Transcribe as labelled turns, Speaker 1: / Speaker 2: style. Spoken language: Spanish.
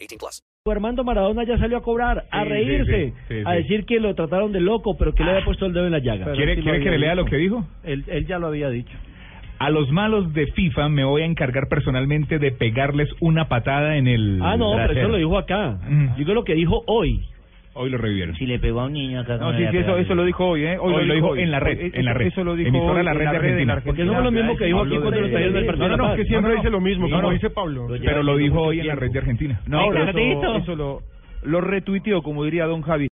Speaker 1: 18 plus.
Speaker 2: Armando Maradona ya salió a cobrar, a
Speaker 3: Sí, sí,
Speaker 2: reírse,
Speaker 3: sí, sí,
Speaker 2: a
Speaker 3: sí. Ah.
Speaker 2: decir que lo trataron de loco, pero que le había puesto el dedo en la llaga.
Speaker 3: ¿Quiere, quiere que le lea lo que dijo?
Speaker 2: Él, ya lo había dicho.
Speaker 3: A los malos de FIFA me voy a encargar personalmente de pegarles una patada en el.
Speaker 2: Ah, no, pero
Speaker 3: trasero.
Speaker 2: eso lo dijo acá.
Speaker 3: Mm.
Speaker 2: Digo lo que dijo hoy.
Speaker 3: Hoy lo revivieron.
Speaker 2: Si le pegó a un niño acá.
Speaker 4: No, sí, sí, eso, eso lo dijo hoy, ¿eh?
Speaker 3: Hoy lo dijo
Speaker 4: hoy.
Speaker 3: en la red,
Speaker 4: Hoy-
Speaker 3: en la red.
Speaker 4: Eso lo dijo
Speaker 3: Emisora
Speaker 4: hoy
Speaker 3: La Red de Argentina.
Speaker 2: Porque eso fue lo mismo que dijo aquí
Speaker 4: Habló
Speaker 2: cuando
Speaker 4: de-
Speaker 2: los salieron del partido
Speaker 4: No, no,
Speaker 2: de la
Speaker 4: no, que
Speaker 2: paz.
Speaker 4: siempre
Speaker 2: No, no.
Speaker 4: dice lo mismo,
Speaker 2: No,
Speaker 4: como
Speaker 2: no.
Speaker 4: dice Pablo.
Speaker 3: Pero lo dijo hoy en la red de Argentina.
Speaker 4: No,
Speaker 2: Ay,
Speaker 4: eso,
Speaker 2: Carlito.
Speaker 4: eso lo, lo retuiteó, como diría don Javi.